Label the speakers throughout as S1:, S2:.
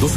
S1: Dos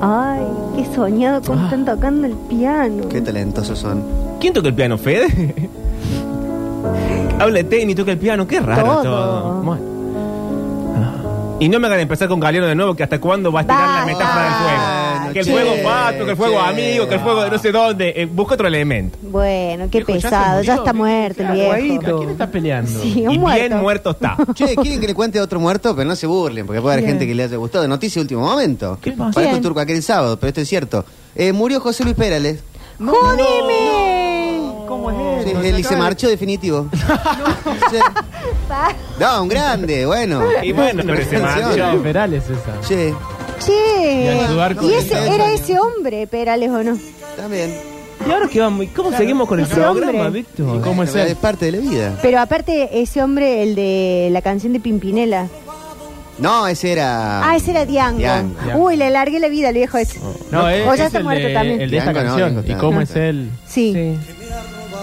S2: Ay, qué soñado cómo
S3: Ah.
S2: están tocando el piano.
S4: Qué talentosos son.
S3: ¿Quién toca el piano, Fede? Habla de tenis, toca el piano, qué raro
S2: Todo.
S3: todo. Bueno. Ah. Y no me hagan empezar con Galeano de nuevo, que hasta cuándo va a estirar la
S2: Basta.
S3: metáfora del fuego.
S4: Bueno,
S3: Que el
S4: che,
S3: fuego pato, que el fuego
S4: che.
S3: amigo, que el fuego de no sé dónde. Eh, busca otro elemento.
S2: Bueno, qué
S3: Viejo, ya se
S2: pesado, ya
S3: murió,
S2: está
S3: ¿qué-
S2: muerto el
S3: claro,
S2: viejo.
S3: guaito.
S5: ¿A quién está peleando?
S2: Sí,
S3: Y
S2: un
S3: bien muerto está.
S4: Che, quieren que le cuente a otro muerto, pero no se burlen, porque puede haber
S2: Bien.
S4: gente que le haya gustado. Noticia de último momento.
S5: ¿Qué pasó?
S4: Parece
S2: ¿Quién?
S4: un turco aquel sábado, pero esto es cierto. Eh, murió José Luis Perales.
S2: ¡Jodeme!
S5: ¿Cómo es
S4: Sí,
S5: eso?
S4: él se marchó definitivo. Sí. No, un grande, bueno.
S3: Y bueno, pero se
S5: Chao,
S3: marchó.
S5: Perales esa.
S4: Che,
S2: Che.
S5: Y a ayudar con
S2: ¿Y
S5: el
S2: ese,
S4: dedo.
S2: era ese hombre, Perales, o no?
S4: también.
S5: ¿Y ahora qué vamos? ¿Cómo seguimos con el
S2: ese
S5: programa,
S2: hombre.
S5: Víctor?
S4: Bueno, Es parte de la vida.
S2: Pero aparte, ese hombre, el de la canción de Pimpinela.
S4: No, ese era.
S2: Ah, ese era Diango.
S4: Diango.
S5: Diango.
S2: Uy, le alargué la vida al viejo ese.
S5: No, es,
S2: o ya
S5: es
S2: está
S5: el
S2: muerto
S5: de,
S2: también.
S5: el de esta
S4: Blanco no,
S5: canción.
S4: Blanco
S5: ¿Y
S4: está.
S5: cómo es él?
S2: Sí.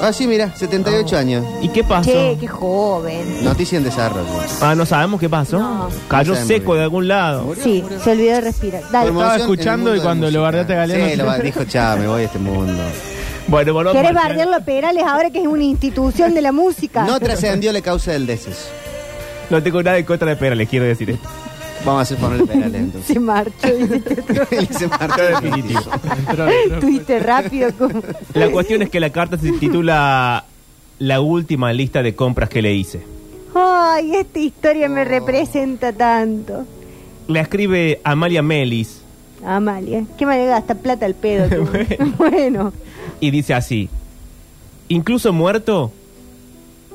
S4: Ah, sí, mira, 78 años.
S5: ¿Y qué pasó?
S2: Che, qué joven.
S4: Noticia en desarrollo.
S5: Ah, no sabemos qué pasó.
S2: No.
S5: Cayó
S4: No sabemos
S5: seco
S4: bien.
S5: de algún lado.
S2: Sí, se olvidó de respirar. Dale.
S4: Conmoción en el
S5: escuchando
S4: mundo
S5: y
S4: de
S5: cuando
S4: la
S5: lo
S4: música.
S5: bardeaste a Galeano,
S4: Sí, lo bar- dijo, chao, me voy de este mundo.
S5: Bueno, volvamos.
S2: ¿Querés
S5: al piano.
S2: bardearlo a Perales ahora que es una institución de la música?
S4: No trascendió la causa del deceso.
S5: No tengo nada en contra de Perales, quiero decir esto.
S4: Vamos a hacer ponerle penal entonces.
S2: Se marchó. Hiciste
S4: Él se marcó definitivo.
S5: Entró, entró.
S2: Tuviste rápido. como-
S5: La cuestión es que la carta se titula La última lista de compras que le hice.
S2: Ay, esta historia me representa tanto.
S5: La escribe Amalia Melis
S2: Amalia, qué mal gasta plata al pedo. tú. bueno.
S5: y dice así: Incluso muerto,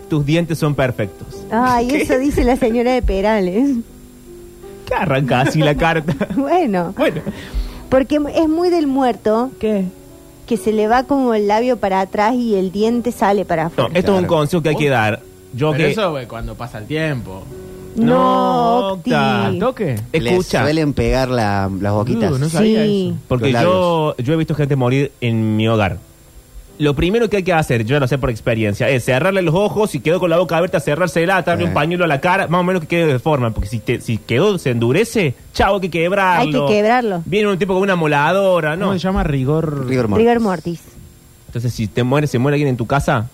S5: tus dientes son perfectos.
S2: Ay, eso dice la señora de Perales.
S5: ¿Qué arranca así la carta?
S2: Bueno,
S5: bueno,
S2: porque es muy del muerto
S5: ¿qué?
S2: que se le va como el labio para atrás y el diente sale para
S5: No,
S2: afuera.
S5: esto es un
S4: Claro.
S5: consejo que hay que dar. Yo
S6: Pero
S5: que.
S6: eso, güey, cuando pasa el tiempo.
S5: no,
S2: Octi.
S5: Octa,
S6: ¿Al toque?
S5: Escucha.
S4: Les suelen pegar la- las boquitas.
S6: Uh, no
S2: Sí.
S6: sabía eso.
S5: Porque
S4: Los
S5: yo, yo he visto gente morir en mi hogar. Lo primero que hay que hacer, yo no sé por experiencia, es cerrarle los ojos, y quedó con la boca abierta, cerrársela, atarle
S4: Sí.
S6: Eh.
S5: un pañuelo a la cara, más o menos que quede de forma, porque si, te- si quedó, se endurece, chavo, hay que
S2: Hay
S5: quebrarlo.
S2: que quebrarlo.
S5: Viene un tipo con una moladora,
S6: ¿Cómo
S5: ¿no?
S6: se llama rigor?
S4: Rigor mortis.
S2: Rigor mortis.
S5: Entonces, si te muere, se muere alguien en tu casa,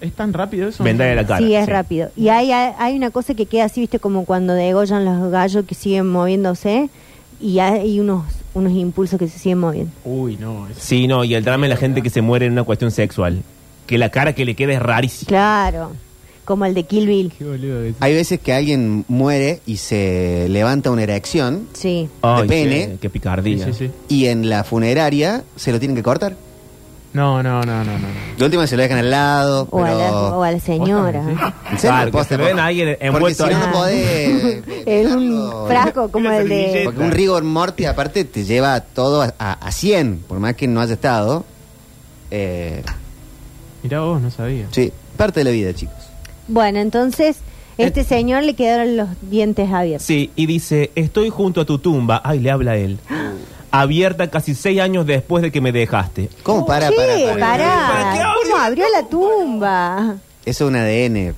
S6: ¿Es tan rápido eso?
S5: vendale la cara.
S2: sí, es rápido. Y hay, hay, hay una cosa que queda así, viste, como cuando degollan los gallos que siguen moviéndose y hay unos, unos impulsos que se siguen moviendo.
S6: Uy, no. es-
S5: Sí, no, y el drama es la gente que se muere en una cuestión sexual. Que la cara que le queda es rarísima.
S2: Claro, como el de Kill Bill.
S6: Qué boludo es.
S4: Hay veces que alguien muere y se levanta una erección
S2: Sí.
S5: Ay,
S4: pene.
S5: che, Qué picardía.
S6: Sí, sí, sí.
S4: y en la funeraria se lo tienen que cortar.
S6: No, no, no, no, no.
S4: La última se lo dejan al lado,
S2: O, a la,
S4: pero...
S2: o a la señora.
S4: ¿En serio?
S5: Claro, que
S4: Posta,
S5: se lo den
S4: posta.
S5: ahí en-
S4: Porque
S5: envuelto
S4: si no,
S5: ahí.
S4: no podés... eh,
S2: Es
S4: dejarlo-
S2: un frasco como
S5: Una
S2: el de...
S5: servilleta.
S4: Porque un rigor mortis aparte te lleva todo a, a, a 100, por más que no haya estado. Eh,
S6: Mirá vos, no sabía.
S4: sí, parte de la vida, chicos.
S2: Bueno, entonces, este señor le quedaron los dientes abiertos.
S5: Sí, y dice, estoy junto a tu tumba. Ay, le habla él. Abierta casi seis años después de que me dejaste.
S4: ¿Cómo? Para,
S2: Uh, Sí,
S4: para, para.
S2: pará. ¿Cómo abrió la tumba?
S4: Eso es un ADN.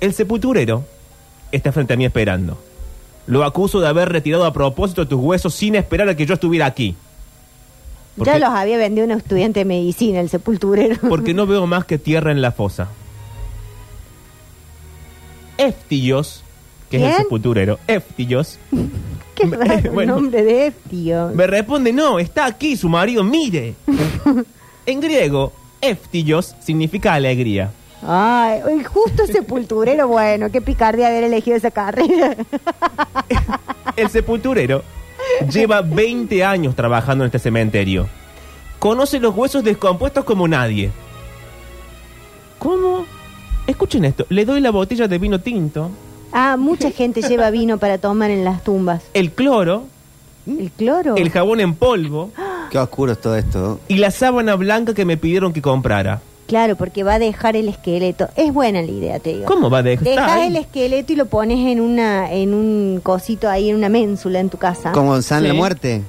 S5: El sepulturero está frente a mí esperando. Lo acuso de haber retirado a propósito tus huesos sin esperar a que yo estuviera aquí. Porque-
S2: Ya los había vendido un estudiante de medicina, el sepulturero.
S5: Porque no veo más que tierra en la fosa. Eftios, que es el
S2: ¿Quién?
S5: sepulturero, Eftios,
S2: Qué raro
S5: Bueno.
S2: el nombre de tío.
S5: me responde, no, está aquí su marido, mire. en griego, Eftios significa alegría.
S2: Ay, uy, justo sepulturero, bueno, qué picardía haber elegido esa carrera.
S5: El sepulturero lleva 20 años trabajando en este cementerio. Conoce los huesos descompuestos como nadie. ¿Cómo? Escuchen esto. Le doy la botella de vino tinto,
S2: Ah, mucha gente lleva vino para tomar en las tumbas.
S5: el cloro,
S2: El cloro.
S5: ¿Mm? el jabón en polvo
S4: Qué oscuro es todo esto.
S5: y la sábana blanca que me pidieron que comprara.
S2: Claro, porque va a dejar el esqueleto. Es buena la idea, te digo.
S5: ¿Cómo va a dejar? Está
S2: Dejas
S5: ahí.
S2: el esqueleto y lo pones en una en un cosito ahí, en una ménsula en tu casa.
S4: Como en San la
S5: Sí.
S4: Muerte.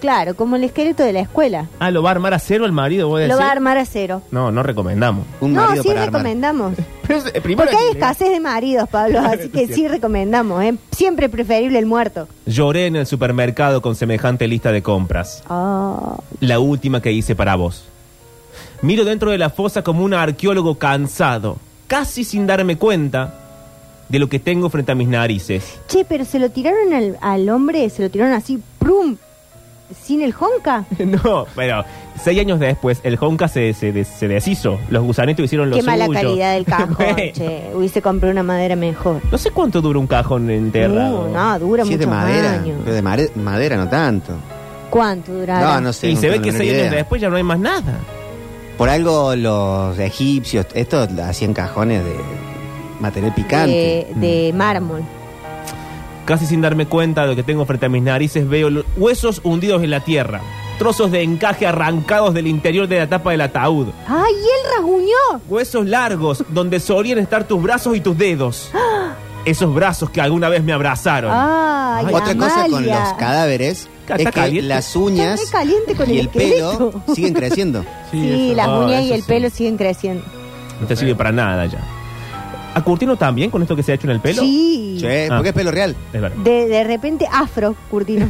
S2: Claro, como el esqueleto de la escuela.
S5: Ah, lo va a armar a cero el marido, voy a
S2: Lo
S5: decir.
S2: va a armar a cero.
S5: No, no recomendamos.
S4: Un
S2: no,
S4: marido
S2: sí
S4: para armar.
S2: recomendamos.
S5: Pero es- eh, primero
S2: Porque hay
S5: hay que-
S2: escasez de maridos, Pablo, así que sí recomendamos. ¿eh? Siempre preferible el muerto.
S5: Lloré en el supermercado con semejante lista de compras.
S2: Ah,
S5: La última que hice para vos. Miro dentro de la fosa como un arqueólogo cansado, casi sin darme cuenta de lo que tengo frente a mis narices.
S2: Che, pero se lo tiraron al, al hombre, se lo tiraron así, ¡prum! Sin el honka.
S5: No, pero seis años después el Honka se, se des- se deshizo. Los gusanitos hicieron los
S2: Qué mala calidad del cajón, che. Hubiese comprado una madera mejor.
S5: No sé cuánto dura un cajón enterrado.
S2: Uh, no, dura
S4: Sí, es
S2: muchos
S4: de madera.
S2: años.
S4: Pero de mare- madera no tanto.
S2: ¿Cuánto durará?
S4: No, no sé.
S5: y
S4: no
S5: se ve
S4: tengo
S5: que
S4: la
S5: seis
S4: menor
S5: años
S4: idea.
S5: después ya no hay más nada.
S4: Por algo los egipcios, estos hacían cajones de material picante.
S2: de, de mármol.
S5: Casi sin darme cuenta de lo que tengo frente a mis narices, veo lo- huesos hundidos en la tierra, trozos de encaje arrancados del interior de la tapa del ataúd,
S2: ¡Ay, él rasguñó!
S5: huesos largos donde solían estar tus brazos y tus dedos. Esos brazos que alguna vez me abrazaron.
S2: Ah. ¡Ay,
S4: Otra cosa con
S2: Amalia.
S4: los cadáveres
S5: Está
S4: es que
S5: caliente.
S4: las
S2: Está
S4: uñas
S2: re caliente con
S4: y
S2: el
S4: el pelo
S2: esqueleto.
S4: siguen creciendo.
S2: Sí,
S6: eso. Oh.
S2: las
S5: Ah,
S2: uñas y
S5: eso
S2: el
S5: sí.
S2: pelo siguen creciendo.
S5: No te sirve para nada ya. ¿A Curtino también con esto que se ha hecho en el pelo?
S2: Sí.
S4: Che,
S5: Ah.
S4: porque es pelo real.
S5: Es verdad.
S2: De, de repente, afro, Curtino.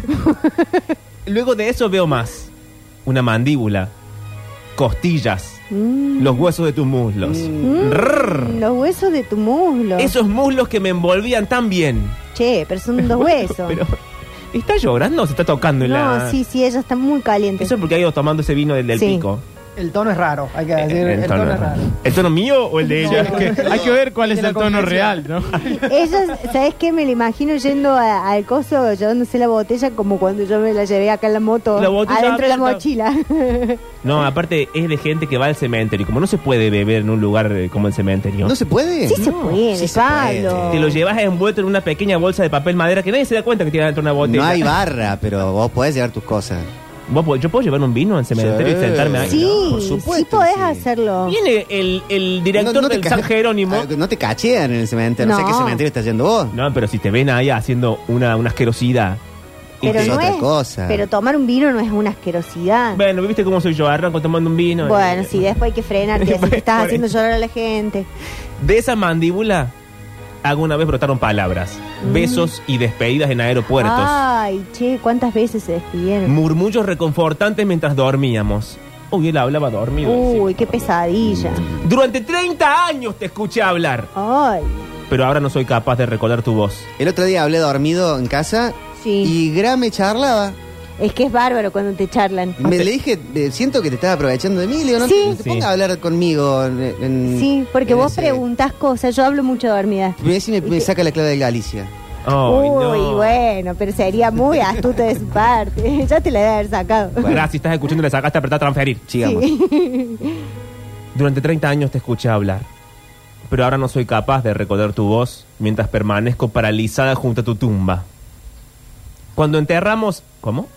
S5: Luego de eso veo más. Una mandíbula, costillas,
S2: Mm,
S5: los huesos de tus muslos.
S2: mm,
S5: Rrr.
S2: los huesos de tu muslo.
S5: Esos muslos que me envolvían tan bien.
S2: Che, pero son dos huesos.
S5: Pero, ¿está llorando o se está tocando en la...?
S2: No, sí, sí, ella está muy caliente.
S5: Eso es porque ha ido tomando ese vino del, del
S2: Sí.
S5: pico.
S7: El tono es raro, hay que decir.
S5: Eh,
S7: El, tono, es raro.
S5: ¿El tono mío o el de ella?
S6: Es que hay que ver cuál es
S7: De la
S6: el tono
S7: confesión.
S6: real, ¿no?
S2: Ella, ¿sabes qué? Me la imagino yendo a- al coso, llevándose la botella, como cuando yo me la llevé acá en la moto,
S5: La botella
S2: adentro de la
S5: abierta.
S2: mochila.
S5: No, aparte es de gente que va al cementerio. Como no se puede beber en un lugar eh, como el cementerio,
S4: ¿No se puede?
S2: sí se puede,
S4: sí se
S2: Pablo.
S4: puede.
S5: te lo llevas envuelto en una pequeña bolsa de papel madera que nadie se da cuenta que tiene dentro una botella.
S4: No hay barra, pero vos podés llevar tus cosas.
S5: ¿Vos po- ¿Yo puedo llevar un vino al cementerio y
S4: Sí.
S5: sentarme ahí?
S2: Sí,
S4: no, por
S2: sí
S4: supuesto que
S2: podés
S4: sí.
S2: hacerlo.
S5: Viene el, el director
S4: No- no te
S5: del
S4: ca-
S5: San Jerónimo.
S4: Ah, No te cachean en el cementerio. No, sé
S2: No.
S4: qué cementerio estás yendo vos.
S5: No, pero si te ven ahí haciendo una, una asquerosidad. y
S2: Pero
S5: te-
S4: Es
S2: no
S4: otra
S2: es,
S4: cosa.
S2: Pero tomar un vino no es una asquerosidad. Bueno,
S5: Bueno, ¿viste cómo soy yo? Arranco tomando un vino. eh,
S2: sí, después hay que frenarte, así que estás haciendo llorar a la gente.
S5: De esa mandíbula, alguna vez brotaron palabras, besos y despedidas en aeropuertos.
S2: Ah. Ay, che, ¿cuántas veces se despidieron?
S5: Murmullos reconfortantes mientras dormíamos. Uy, él hablaba dormido.
S2: Uy,
S5: encima.
S2: qué pesadilla.
S5: Durante 30 años te escuché hablar,
S2: Ay,
S5: pero ahora no soy capaz de recordar tu voz.
S4: El otro día hablé dormido en casa
S2: sí.
S4: y Gra me charlaba.
S2: Es que es bárbaro cuando te charlan.
S4: Me le dije, eh, siento que te estás aprovechando de mí. Le digo, no
S2: Sí.
S4: te, no te
S5: Ah, Sí.
S4: pongas a hablar conmigo. en- en-
S2: Sí, porque
S4: en
S2: vos
S4: ese-
S2: preguntás cosas. Yo hablo mucho dormida.
S4: Me dice, me, me saca la clave de Galicia.
S5: Ay,
S2: Uy,
S5: no.
S2: bueno, pero sería muy astuto de su parte. ya te la debe haber sacado.
S5: Pará, si estás escuchando, le sacaste apretar transferir.
S4: Sigamos.
S5: Durante 30 años te escuché hablar, pero ahora no soy capaz de recordar tu voz mientras permanezco paralizada junto a tu tumba. Cuando enterramos... ¿Cómo?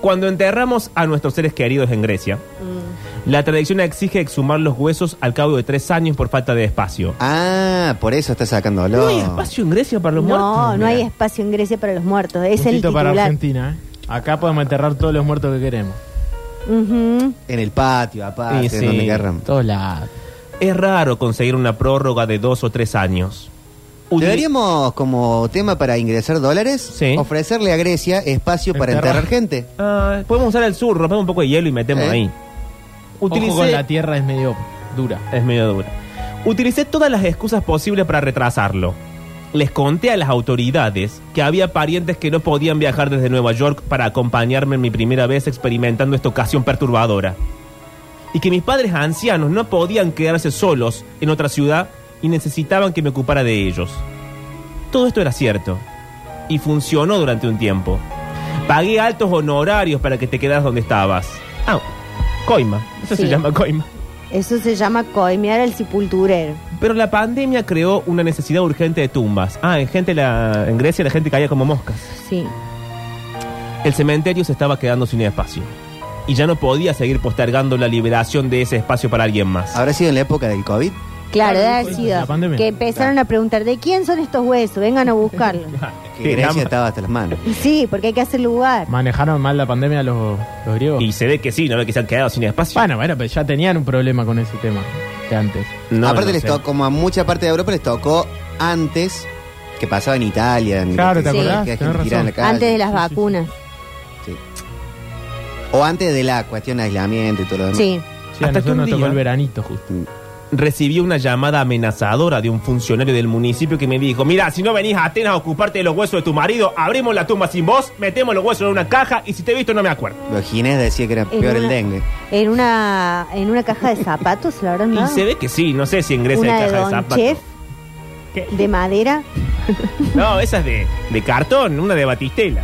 S5: Cuando enterramos a nuestros seres queridos en Grecia,
S2: Mm.
S5: la tradición exige exhumar los huesos al cabo de tres años por falta de espacio.
S4: Ah, por eso está sacándolo.
S5: ¿No hay espacio en Grecia para los muertos?
S2: No, no hay
S5: Mira.
S2: espacio en Grecia para los muertos. Es el
S6: Puntito para
S2: titular.
S6: Argentina, ¿eh? Acá podemos enterrar todos los muertos que queremos.
S2: Ujú.
S4: En el patio, aparte,
S5: Sí,
S4: en
S5: sí.
S4: donde querran.
S6: Todos lados.
S5: Es raro conseguir una prórroga de dos o tres años. Util-
S4: Deberíamos, como tema para ingresar dólares,
S5: Sí.
S4: ofrecerle a Grecia espacio para
S6: Enterrar.
S4: enterrar gente.
S5: Ah, podemos usar el sur, rompemos un poco de hielo y metemos
S4: Eh.
S5: ahí.
S6: Ojo con la tierra es medio dura.
S5: Es medio dura. Utilicé todas las excusas posibles para retrasarlo. Les conté a las autoridades que había parientes que no podían viajar desde Nueva York para acompañarme en mi primera vez experimentando esta ocasión perturbadora. y que mis padres ancianos no podían quedarse solos en otra ciudad y necesitaban que me ocupara de ellos. Todo esto era cierto y funcionó durante un tiempo. Pagué altos honorarios para que te quedas donde estabas. Ah, coima, eso
S2: Sí.
S5: se llama coima.
S2: Eso se llama coimear al sepulturero.
S5: Pero la pandemia creó una necesidad urgente de tumbas. Ah, en, gente la, en Grecia la gente caía como moscas.
S2: Sí.
S5: El cementerio se estaba quedando sin espacio. Y ya no podía seguir postergando la liberación de ese espacio para alguien más.
S4: ¿Habrá sido en la época del COVID?
S2: Claro, debe haber
S6: pues,
S2: sido
S6: la pandemia.
S2: que empezaron a preguntar de quién son estos huesos, vengan a buscarlo.
S4: Que
S5: Sí,
S4: Grecia
S5: era-
S4: estaba hasta las manos.
S2: Y sí, porque hay que hacer lugar.
S6: ¿Manejaron mal la pandemia los, los griegos?
S5: Y se ve que sí, no ve que se han quedado sin espacio.
S6: Bueno, bueno, pero ya tenían un problema con ese tema de antes.
S5: No,
S4: Aparte
S5: no
S4: les
S5: sé.
S4: tocó, como a mucha parte de Europa les tocó antes que pasaba en Italia. En
S6: Claro,
S4: que-
S6: ¿te
S4: que
S2: acordás?
S4: gente
S6: Tenés
S4: tirada en la
S6: razón.
S4: calle.
S2: Antes de las vacunas.
S4: O antes de la cuestión de aislamiento y todo lo demás.
S2: Sí.
S6: Sí, a
S5: Hasta que
S6: nosotros
S5: un
S6: nos tocó
S5: día-
S6: el veranito justo.
S5: Recibí una llamada amenazadora de un funcionario del municipio que me dijo, mira, si no venís a Atenas a ocuparte de los huesos de tu marido, abrimos la tumba sin vos, metemos los huesos en una caja y si te he visto no me acuerdo.
S4: Los Ginés decía que era
S2: En
S4: peor el
S2: una-
S4: dengue.
S2: En una, en una caja de zapatos, la verdad,
S5: Y se ve que sí, no sé si en Grecia
S2: Ah. Una
S5: hay
S2: de
S5: caja de
S2: Don
S5: zapatos.
S2: Chef, de madera.
S5: No, esa es de, de cartón, una de batistela.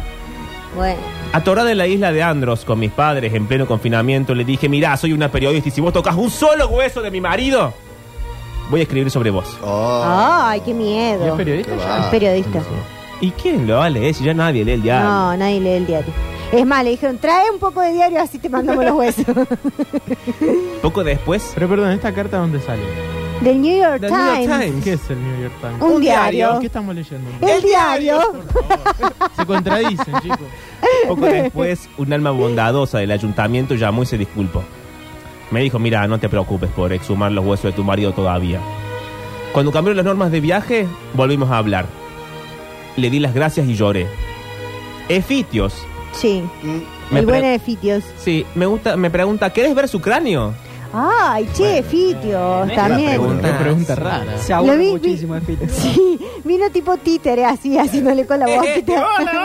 S2: Bueno,
S5: Atorada en la isla de Andros con mis padres en pleno confinamiento, le dije, mirá, soy una periodista y si vos tocas un solo hueso de mi marido, voy a escribir sobre vos.
S4: Oh,
S2: ay, qué
S6: ¿Y es
S2: miedo.
S6: periodista?
S4: Qué
S6: ya?
S4: va.
S2: Es periodista.
S5: ¿Y quién lo va a leer si ya nadie lee el diario?
S2: No, nadie lee el diario. Es más, le dijeron, trae un poco de diario así te mandamos los huesos.
S5: Poco después,
S6: Pero perdón, ¿esta carta dónde sale?
S2: Del New York
S5: The New York
S2: Times.
S5: Times.
S6: ¿Qué es el New York Times?
S2: Un,
S5: Un diario.
S2: diario.
S6: ¿Qué estamos leyendo?
S2: El diario.
S6: Se contradicen, chicos.
S5: poco después, un alma bondadosa del ayuntamiento llamó y se disculpó. Me dijo, mira, no te preocupes por exhumar los huesos de tu marido todavía. Cuando cambiaron las normas de viaje, volvimos a hablar. Le di las gracias y lloré. Efitios.
S2: Sí.
S4: Mm.
S5: Me
S2: el
S5: pre-
S2: buen Fitios.
S5: Sí, me gusta, me pregunta, ¿querés ver su cráneo?
S2: Ay, che, Fitios también.
S4: pregunta.
S6: Qué pregunta rara.
S7: Se aburre
S2: Lo vi- vi-
S7: muchísimo el Fito.
S2: Sí, vino tipo títere así, haciéndole con la voz.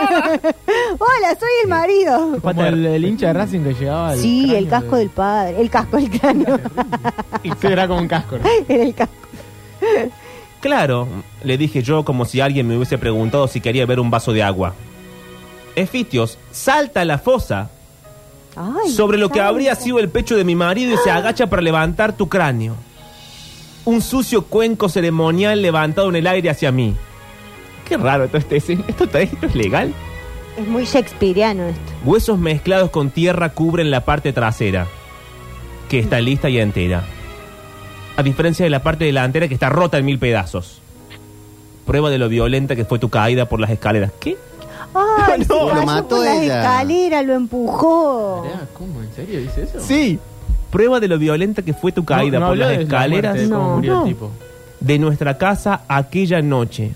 S2: Hola, soy el marido.
S6: Como el, el hincha de Racing que llegaba al
S2: Sí,
S6: cráneo
S2: el casco del padre. El casco, el cráneo.
S6: Sí, era como un casco. ¿no?
S2: Era el casco.
S5: Claro, le dije yo como si alguien me hubiese preguntado si quería ver un vaso de agua. Efitios salta a la fosa
S2: Ay,
S5: sobre lo que
S2: ay.
S5: habría sido el pecho de mi marido y se agacha para levantar tu cráneo. Un sucio cuenco ceremonial levantado en el aire hacia mí. Qué raro todo este escena. ¿Esto, está- esto es legal?
S2: Es muy shakespeariano esto.
S5: Huesos mezclados con tierra cubren la parte trasera, que está lista y entera. A diferencia de la parte delantera que está rota en mil pedazos. Prueba de lo violenta que fue tu caída por las escaleras. ¿Qué?
S2: Ay,
S5: No,
S2: se
S5: lo
S2: cayó
S4: mató
S2: por las
S4: ella.
S2: escaleras, lo empujó.
S5: Ah,
S6: Mirá, ¿Cómo? ¿En serio dice eso?
S5: Sí. Prueba de lo violenta que fue tu caída por
S6: habló
S5: las
S6: de la
S5: escaleras
S6: muerte, de cómo
S2: No,
S6: murió el
S2: no.
S6: tipo.
S5: de nuestra casa aquella noche.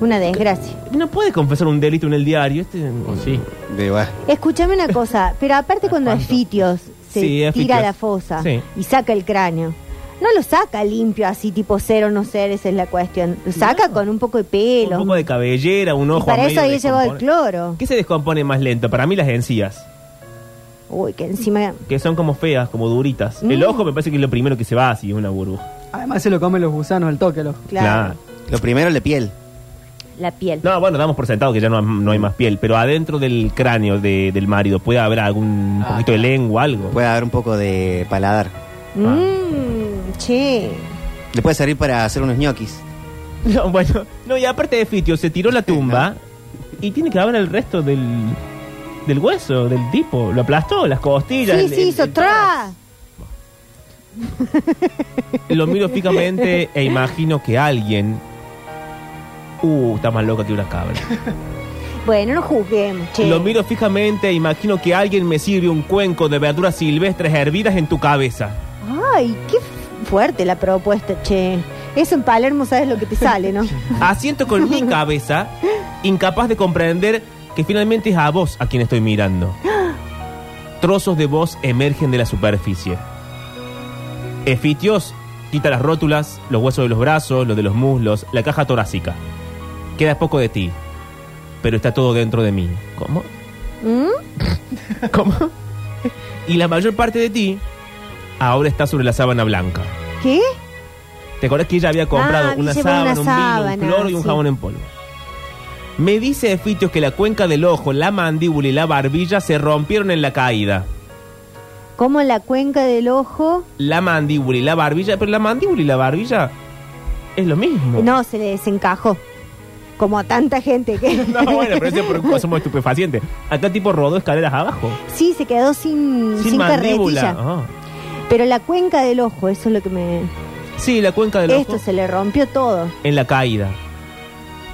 S2: Una desgracia.
S5: No puede confesar un delito en el diario. Este,
S6: O sí.
S4: de igual.
S2: Escúchame una cosa, pero aparte cuando es fitios, se
S5: Sí, es
S2: tira a
S5: fitios.
S2: la fosa
S5: Sí.
S2: y saca el cráneo. No lo saca limpio así tipo cero no ser, esa es la cuestión. Lo saca con un poco de
S5: un
S2: pelo.
S5: poco de cabellera, un
S2: Y
S5: ojo. a
S2: para
S5: medio
S2: eso había llevado el
S5: descomponer.
S2: cloro.
S5: ¿Qué se descompone más lento? Para mí las encías,
S2: Uy, que encima
S5: que son como feas, como duritas.
S2: Mm.
S5: El ojo me parece que es lo primero que se va así, una burbuja.
S7: Además se lo comen los gusanos al toque. Los...
S2: claro,
S4: Lo primero, la piel.
S2: la piel.
S5: No, bueno, damos por sentado que ya no, no hay más piel, pero adentro del cráneo de- del marido puede haber algún
S6: Ah.
S5: poquito de lengua, algo.
S4: Puede haber un poco de paladar.
S2: Mmm, che.
S4: Le puede servir para hacer unos ñoquis.
S5: No, bueno, no, y aparte de Fitio, se tiró la tumba y tiene que haber el resto del, del hueso, del tipo. Lo aplastó, las costillas.
S2: Sí,
S5: el-
S2: sí,
S5: el-
S2: hizo
S5: el-
S2: tra.
S5: Lo miro fijamente e imagino que alguien. Uh, está más loca que una cabra.
S2: Bueno, no juzguemos, che.
S5: Lo miro fijamente e imagino que alguien me sirve un cuenco de verduras silvestres hervidas en tu cabeza.
S2: Ay, qué fuerte la propuesta, che. Eso en Palermo sabes lo que te sale, ¿no?
S5: Asiento con mi cabeza, incapaz de comprender que finalmente es a vos a quien estoy mirando. Trozos de voz emergen de la superficie. Efitios quita las rótulas, los huesos de los brazos, los de los muslos, la caja torácica. Queda poco de ti, pero está todo dentro de mí. ¿Cómo?
S2: ¿Mm?
S5: ¿Cómo? Y la mayor parte de ti ahora está sobre la sábana blanca.
S2: ¿Qué?
S5: ¿Te acordás que ella había comprado
S2: Ah,
S5: una
S2: llevó una
S5: sábana, un vino,
S2: sábana,
S5: un cloro y un
S2: sí.
S5: jabón en polvo? Me dice Fitios que la cuenca del ojo, la mandíbula y la barbilla se rompieron en la caída.
S2: Como la cuenca del ojo.
S5: La mandíbula y la barbilla, pero la mandíbula y la barbilla es lo mismo.
S2: No, se le desencajó. Como a tanta gente que.
S5: No, bueno, pero eso es por un consumo estupefaciente. Acá tipo rodó escaleras abajo.
S2: Sí, se quedó sin, sin,
S5: mandíbula.
S2: carretilla.
S5: Ah.
S2: Pero la cuenca del ojo, eso es lo que me.
S5: Sí, la cuenca del
S2: Esto
S5: ojo
S2: se le rompió todo.
S5: en la caída.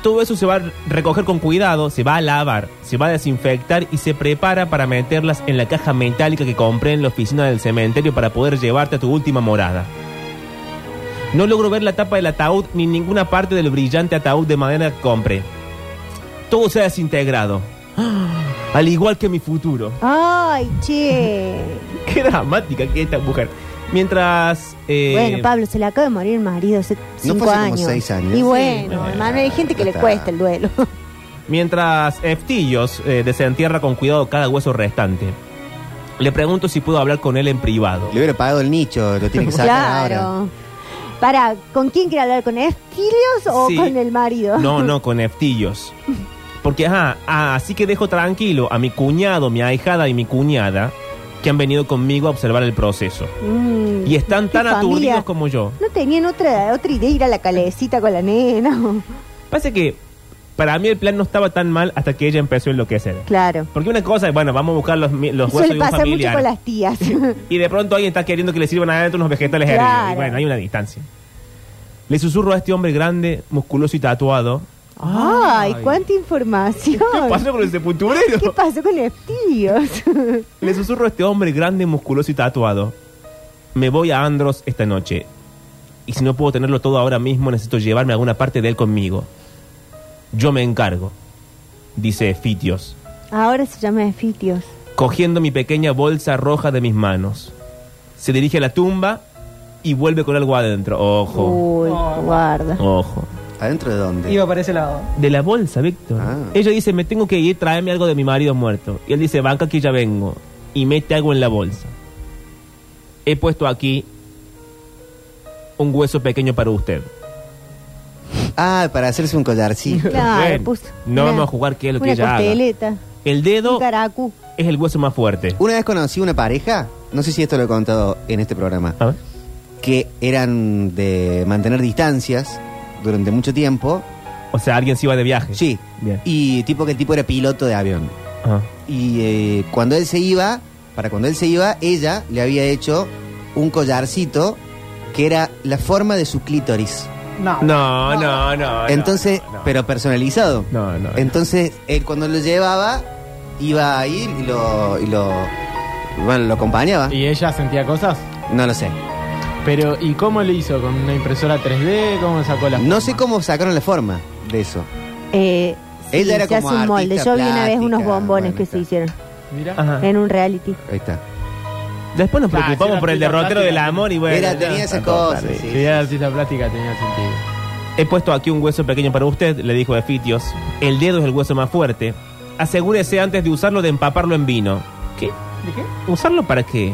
S5: Todo eso se va a recoger con cuidado, se va a lavar, se va a desinfectar y se prepara para meterlas en la caja metálica que compré en la oficina del cementerio para poder llevarte a tu última morada. No logro ver la tapa del ataúd ni ninguna parte del brillante ataúd de madera que compré. Todo se ha desintegrado. ¡Ah! Al igual que mi futuro.
S2: Ay, che.
S5: Qué dramática que es esta mujer. Mientras... eh,
S2: bueno, Pablo, se le acaba de morir el marido hace cinco
S4: fue hace como
S2: años.
S4: seis años.
S2: Y
S4: Sí,
S2: bueno,
S4: bueno,
S2: hermano, hay gente que le
S4: está.
S2: cuesta el duelo.
S5: Mientras Eftillos eh, desentierra con cuidado cada hueso restante. Le pregunto si puedo hablar con él en privado.
S4: Le hubiera pagado el nicho, lo tiene que sacar ahora.
S2: claro. Para, ¿con quién quiere hablar? ¿Con Estilios o
S5: Sí.
S2: con el marido?
S5: No, no, con Eftillos. Porque, ajá, ah, así que dejo tranquilo a mi cuñado, mi ahijada y mi cuñada que han venido conmigo a observar el proceso.
S2: Mm,
S5: Y están
S2: qué
S5: tan
S2: familia.
S5: aturdidos como yo.
S2: No tenían otra, otra idea ir a la calecita con la nena.
S5: Pasa que para mí el plan no estaba tan mal hasta que ella empezó a enloquecer.
S2: Claro.
S5: Porque una cosa es, bueno, vamos a buscar los, mi- los huesos
S2: Suele
S5: de un
S2: pasar mucho
S5: familiar.
S2: con las tías.
S5: Y de pronto alguien está queriendo que le sirvan adentro unos vegetales
S2: Claro.
S5: hervidos. Y bueno, hay una distancia. Le susurro a este hombre grande, musculoso y tatuado.
S2: Ay, cuánta información.
S5: ¿Qué pasó con el sepulturero?
S2: ¿Qué pasó con Eftios?
S5: Le susurro a este hombre grande, musculoso y tatuado. Me voy a Andros esta noche. Y si no puedo tenerlo todo ahora mismo, necesito llevarme a alguna parte de él conmigo. Yo me encargo, dice Fitios,
S2: Ahora se llama Efitios.
S5: cogiendo mi pequeña bolsa roja de mis manos. Se dirige a la tumba y vuelve con algo adentro. Ojo,
S2: Uy, guarda.
S5: ojo.
S4: ¿Adentro de dónde?
S7: Iba para ese lado.
S5: De la bolsa, Víctor.
S4: Ah.
S5: Ella dice, me tengo que ir, tráeme algo de mi marido muerto. Y él dice, banca que ya vengo. Y mete algo en la bolsa. He puesto aquí un hueso pequeño para usted.
S4: Ah, para hacerse un collarcito.
S2: Claro,
S5: Bueno,
S2: puso
S5: no
S2: una-
S5: vamos a jugar qué es lo que
S2: una
S5: ella haga.
S2: costeleta,
S5: El
S2: Un
S5: dedo
S2: caracu.
S5: es el hueso más fuerte.
S4: Una vez conocí una pareja, no sé si esto lo he contado en este programa,
S5: A ver.
S4: que eran de mantener distancias durante mucho tiempo.
S5: O sea, alguien se iba de viaje.
S4: Sí.
S5: Bien.
S4: Y tipo que el tipo era piloto de avión.
S5: Ajá.
S4: Y eh, cuando él se iba, para cuando él se iba, ella le había hecho un collarcito que era la forma de su clítoris.
S7: No.
S5: No, no, Ah, no. no,
S4: Entonces,
S5: no, no.
S4: pero personalizado.
S5: No, no, no.
S4: Entonces, él cuando lo llevaba, iba a ir y lo, y lo, bueno, lo acompañaba.
S6: ¿Y ella sentía cosas?
S4: No lo sé.
S6: Pero, ¿y cómo lo hizo? ¿Con una impresora 3D? ¿Cómo sacó la
S4: No sé cómo sacaron la forma de eso.
S2: Eh,
S4: Ella
S2: sí,
S4: era
S2: se
S4: como
S2: hace un molde. Yo
S4: artista
S2: vi una vez unos
S4: plástica,
S2: bombones
S4: bueno,
S2: que
S4: está.
S2: se hicieron
S6: Mira.
S5: Ajá.
S2: en un reality.
S4: Ahí está.
S5: Después nos
S6: Claro,
S5: preocupamos
S6: si era
S5: por el
S6: pila
S5: derrotero
S6: plástica.
S5: del amor y bueno.
S4: Era-
S5: ya
S4: tenía esas
S5: está todo
S4: cosas,
S5: tarde.
S4: sí.
S6: Si era artista plástica tenía sentido.
S5: He puesto aquí un hueso pequeño para usted, le dijo Efitios. El dedo es el hueso más fuerte. Asegúrese antes de usarlo de empaparlo en vino. ¿Qué? ¿De qué? ¿Usarlo para qué?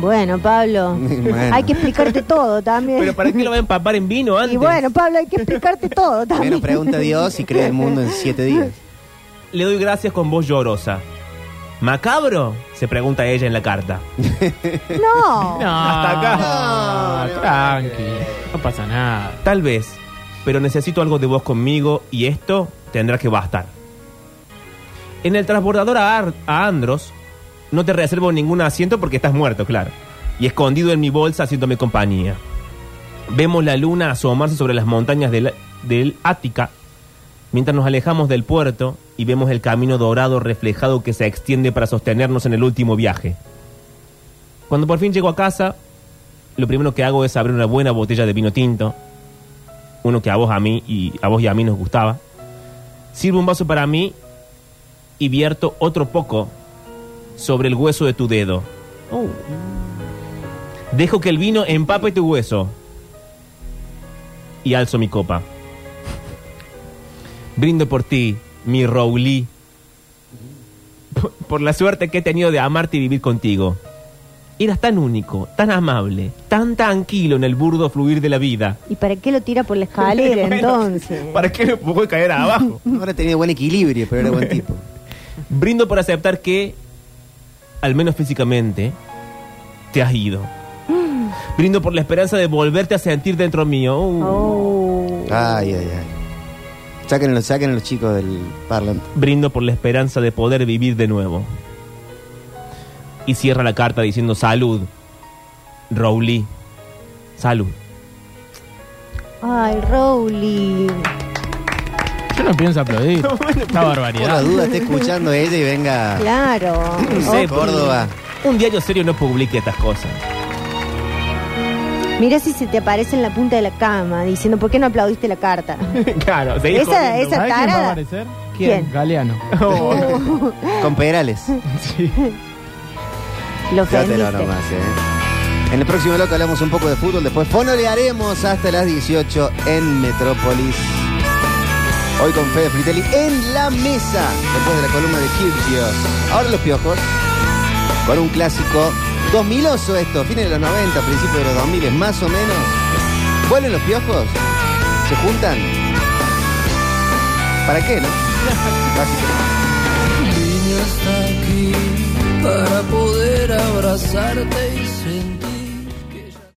S2: Bueno, Pablo,
S4: Bueno.
S2: hay que explicarte todo también.
S5: ¿Pero para qué lo va a empapar en vino antes?
S2: y bueno, Pablo, hay que explicarte todo también.
S4: Primero pregunta a Dios y crea el mundo en siete días.
S5: Le doy gracias con voz llorosa. ¿Macabro? Se pregunta ella en la carta.
S2: No.
S6: No,
S5: Hasta acá.
S6: No, tranqui. No pasa nada.
S5: Tal vez, pero necesito algo de vos conmigo y esto tendrá que bastar. En el transbordador a, Ar- a Andros no te reservo ningún asiento porque estás muerto, claro. Y escondido en mi bolsa haciéndome compañía. Vemos la luna asomarse sobre las montañas del, del Ática mientras nos alejamos del puerto y vemos el camino dorado reflejado que se extiende para sostenernos en el último viaje. Cuando por fin llego a casa, lo primero que hago es abrir una buena botella de vino tinto, uno que a vos a mí y a vos y a mí nos gustaba. Sirvo un vaso para mí y vierto otro poco sobre el hueso de tu dedo. Dejo que el vino empape tu hueso y alzo mi copa. Brindo por ti, mi Rowley, por, por la suerte que he tenido de amarte y vivir contigo. Eras tan único, tan amable, tan tranquilo en el burdo fluir de la vida.
S2: ¿Y para qué lo tira por la escalera
S5: Bueno,
S2: entonces?
S5: ¿Para qué me puedo caer abajo?
S4: Ahora tenía buen equilibrio, pero era buen tipo.
S5: Brindo por aceptar que, al menos físicamente, te has ido. Brindo por la esperanza de volverte a sentir dentro mío. Uh.
S2: Oh.
S4: Ay, ay, ay. Sáquenlo, sáquenlo, chicos del parlante.
S5: Brindo por la esperanza de poder vivir de nuevo. Y cierra la carta diciendo salud. Rowley. Salud.
S2: Ay, Rowley.
S6: Yo no pienso aplaudir. Esta
S4: Por la
S6: barbaridad.
S4: duda, esté escuchando ella y venga.
S2: Claro.
S4: No
S5: sé,
S4: sé, Córdoba.
S5: Un diario serio no publique estas cosas.
S2: Mira si se te aparece en la punta de la cama diciendo, ¿por qué no aplaudiste la carta?
S5: claro, seguí
S2: Esa,
S5: jodiendo.
S2: esa
S6: ¿Sabés quién va a
S2: tarada.
S6: aparecer?
S2: ¿Quién?
S6: Galeano.
S4: Con Perales.
S6: Sí.
S2: Lo
S4: Dátelo
S2: ofendiste.
S4: nomás, eh. En el próximo bloque hablamos un poco de fútbol, después fonolearemos hasta las 18 en Metrópolis. Hoy con Fede Fritelli en la mesa, después de la columna de Kirchios. Ahora los piojos, con un clásico 2000 oso esto, fines de los 90, principios de los 2000, más o menos. ¿Vuelven los piojos? ¿Se juntan? ¿Para qué, no? Básicamente.
S8: niño está aquí para poder abrazarte y